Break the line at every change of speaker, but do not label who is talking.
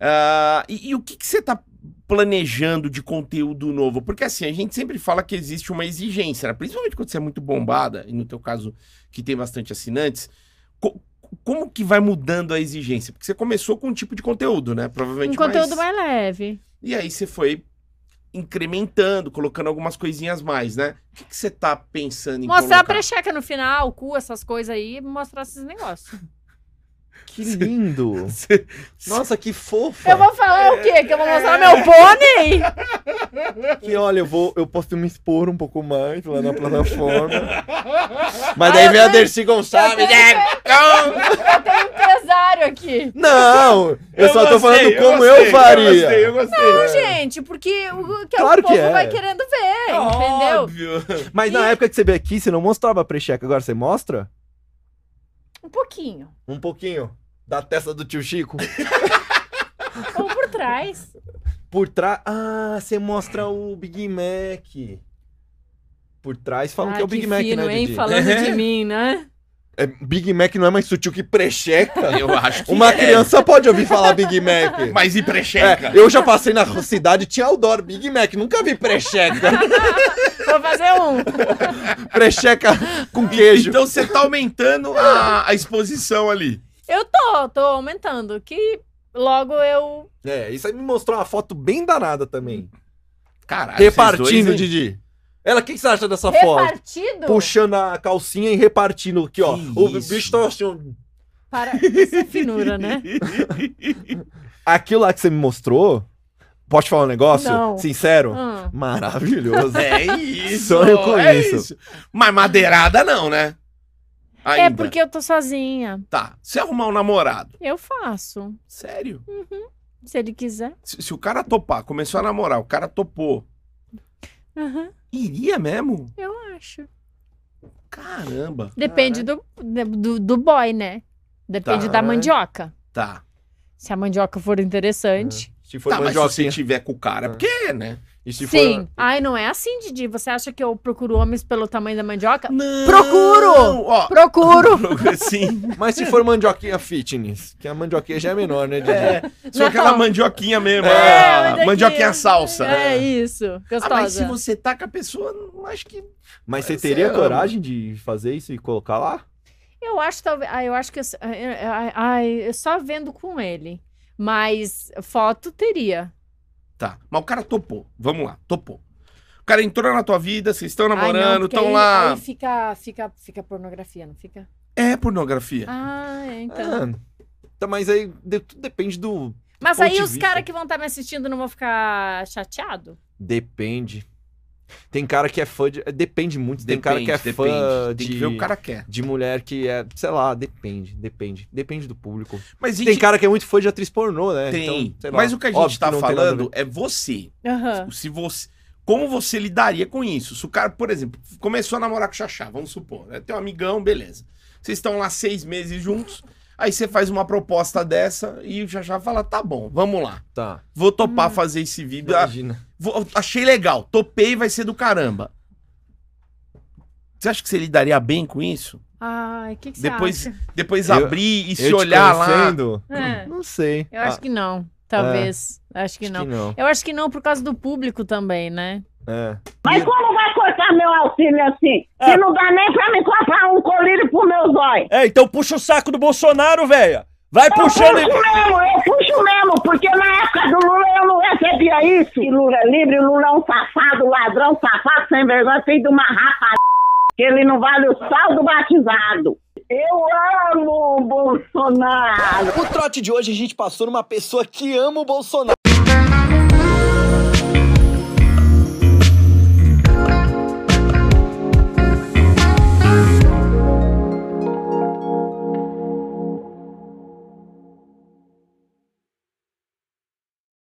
Ah, e, e o que que você está planejando de conteúdo novo? Porque assim, a gente sempre fala que existe uma exigência, né? principalmente quando você é muito bombada, e no teu caso que tem bastante assinantes, co- como que vai mudando a exigência? Porque você começou com um tipo de conteúdo, né? Provavelmente
Um conteúdo
mais...
mais leve.
E aí você foi incrementando, colocando algumas coisinhas mais, né? O que, que você tá pensando em
Mostrar a
colocar?
precheca no final, o cu, essas coisas aí, mostrar esses negócios.
Que lindo!
Você-
Nossa, que fofa!
Eu vou falar o quê? Que eu vou mostrar meu pônei?
Que olha, eu, vou, eu posso me expor um pouco mais lá na plataforma. Mas daí
eu
vem a
tenho-
Dercy Gonçalves. é,
um Empresário aqui.
Não! Eu, só tô falando
Ah, gostei,
como eu,
gostei,
faria.
Eu gostei, eu gostei.
Gente, porque o, É. que
Claro
o povo
que é.
vai querendo ver, entendeu?
Óbvio.
Mas na época que você veio aqui, você não mostrava a precheca, agora você mostra?
Um pouquinho.
Um pouquinho. Da testa do tio Chico.
Ou Um por trás.
Por trás. Ah, você mostra o Big Mac. Por trás falam
Ah,
que é o Big Mac,
fino,
né,
hein?
Didi?
Falando
É.
de mim, né?
É, Big Mac não é mais sutil que precheca.
Eu acho que
Uma
é.
criança pode ouvir falar Big Mac.
Mas e precheca?
É, eu já passei na cidade e tinha Aldor Big Mac, nunca vi precheca.
Vou fazer um.
precheca com É, queijo.
Então você tá aumentando a, a exposição ali.
Eu tô, tô aumentando. Que logo eu.
É, isso aí me mostrou uma foto bem danada também. Ah,
Caralho, vocês
repartindo,
dois, hein?
Didi. Ela, o que, que você acha
Tá
dessa foto?
Repartido?
Puxando a calcinha e repartindo aqui, ó.
Que
o
isso.
bicho tá assim. ó.
Para... Isso é finura, né?
Aquilo lá que você me mostrou. Pode falar um negócio?
Não.
Sincero?
Hum.
Maravilhoso.
É isso.
Sonho com
é
isso.
Mas madeirada não, né? Ainda.
É porque eu tô sozinha.
Tá, se arrumar um namorado,
Eu faço.
sério.
Se ele quiser.
Se, se o cara topar, começou a namorar, o cara topou,
Aham,
iria mesmo?
eu acho.
Caramba.
Depende do, do, do boy, né? Depende
Tá.
da mandioca.
Tá.
Se a mandioca for interessante.
Se for
Tá, mas se você
mandioquinha.
tiver com o cara, é porque, né?
E se for-
Sim. Ai, não é assim, Didi. Você acha que eu procuro homens pelo tamanho da mandioca?
Não!
Procuro!
Ó,
Procuro!
procuro sim.
Mas se for mandioquinha fitness, que a mandioquinha já é menor, né, Didi?
É, só
Não.
aquela mandioquinha mesmo.
É,
ah,
olha aqui.
mandioquinha salsa.
É isso.
Ah,
Gostosa.
mas se você tá com a pessoa, não acho que.
Mas você
Mas é,
teria
eu amo.
coragem de fazer isso e colocar lá?
Eu acho talvez. ah, eu acho que. eu- Ai, ai, eu só vendo com ele. Mas foto teria.
Tá. Mas o cara topou. Vamos lá, topou. O cara entrou na tua vida, vocês estão
Ai, não,
namorando,
porque
estão
aí-
lá.
Aí fica, fica, fica pornografia, não fica?
É pornografia.
Ah, é, então.
Ah, tá, mas aí de- tudo depende do.
Mas
ponto
aí
de
os
vista.
caras que vão estar me assistindo não vão ficar chateados?
Depende. Tem cara que é fã de. Depende
Ah.
muito. Tem cara que é fã
depende.
de.
Tem que ver o que o cara quer.
De mulher que é. Sei lá, depende, depende. Depende do público.
Mas a
Tem
gente
cara que é muito fã de atriz pornô, né?
tem.
Então, sei lá.
Mas o que a gente
Óbvio
tá
não tem nada a ver.
falando é você. Tipo,
Aham.
Se você. Como você lidaria com isso? Se o cara, por exemplo, começou a namorar com o Xaxá, vamos supor, né? Tem um amigão, beleza. Vocês estão lá seis meses juntos, aí você faz uma proposta dessa e o Xaxá fala: tá bom, vamos lá.
Tá.
Vou
Hum.
topar fazer esse vídeo. ah,
Imagina.
vou- achei legal, topei, vai ser do caramba. Você acha que você lidaria bem com isso?
Ai, o que, que
Depois,
você acha?
depois
Eu-
abrir e se
Eu te
olhar lá.
conhecendo,
É,
Não sei.
eu acho
Ah, É.
que não. Talvez. acho que
acho
não. Eu acho que não por causa do público também, né?
É.
Mas como vai cortar meu auxílio assim? Se não dá nem pra me comprar um colírio pro meu zóio.
Ah. É, então puxa o saco do Bolsonaro, velha. Vai
Eu puxo
puxando e...
mesmo, eu puxo mesmo, porque na época do Lula eu não recebia isso. E Lula é livre, Lula é um safado, ladrão, safado, sem vergonha, filho de uma rapa que ele não vale o sal do batizado. Eu amo o Bolsonaro.
O trote de hoje a gente passou numa pessoa que ama o Bolsonaro.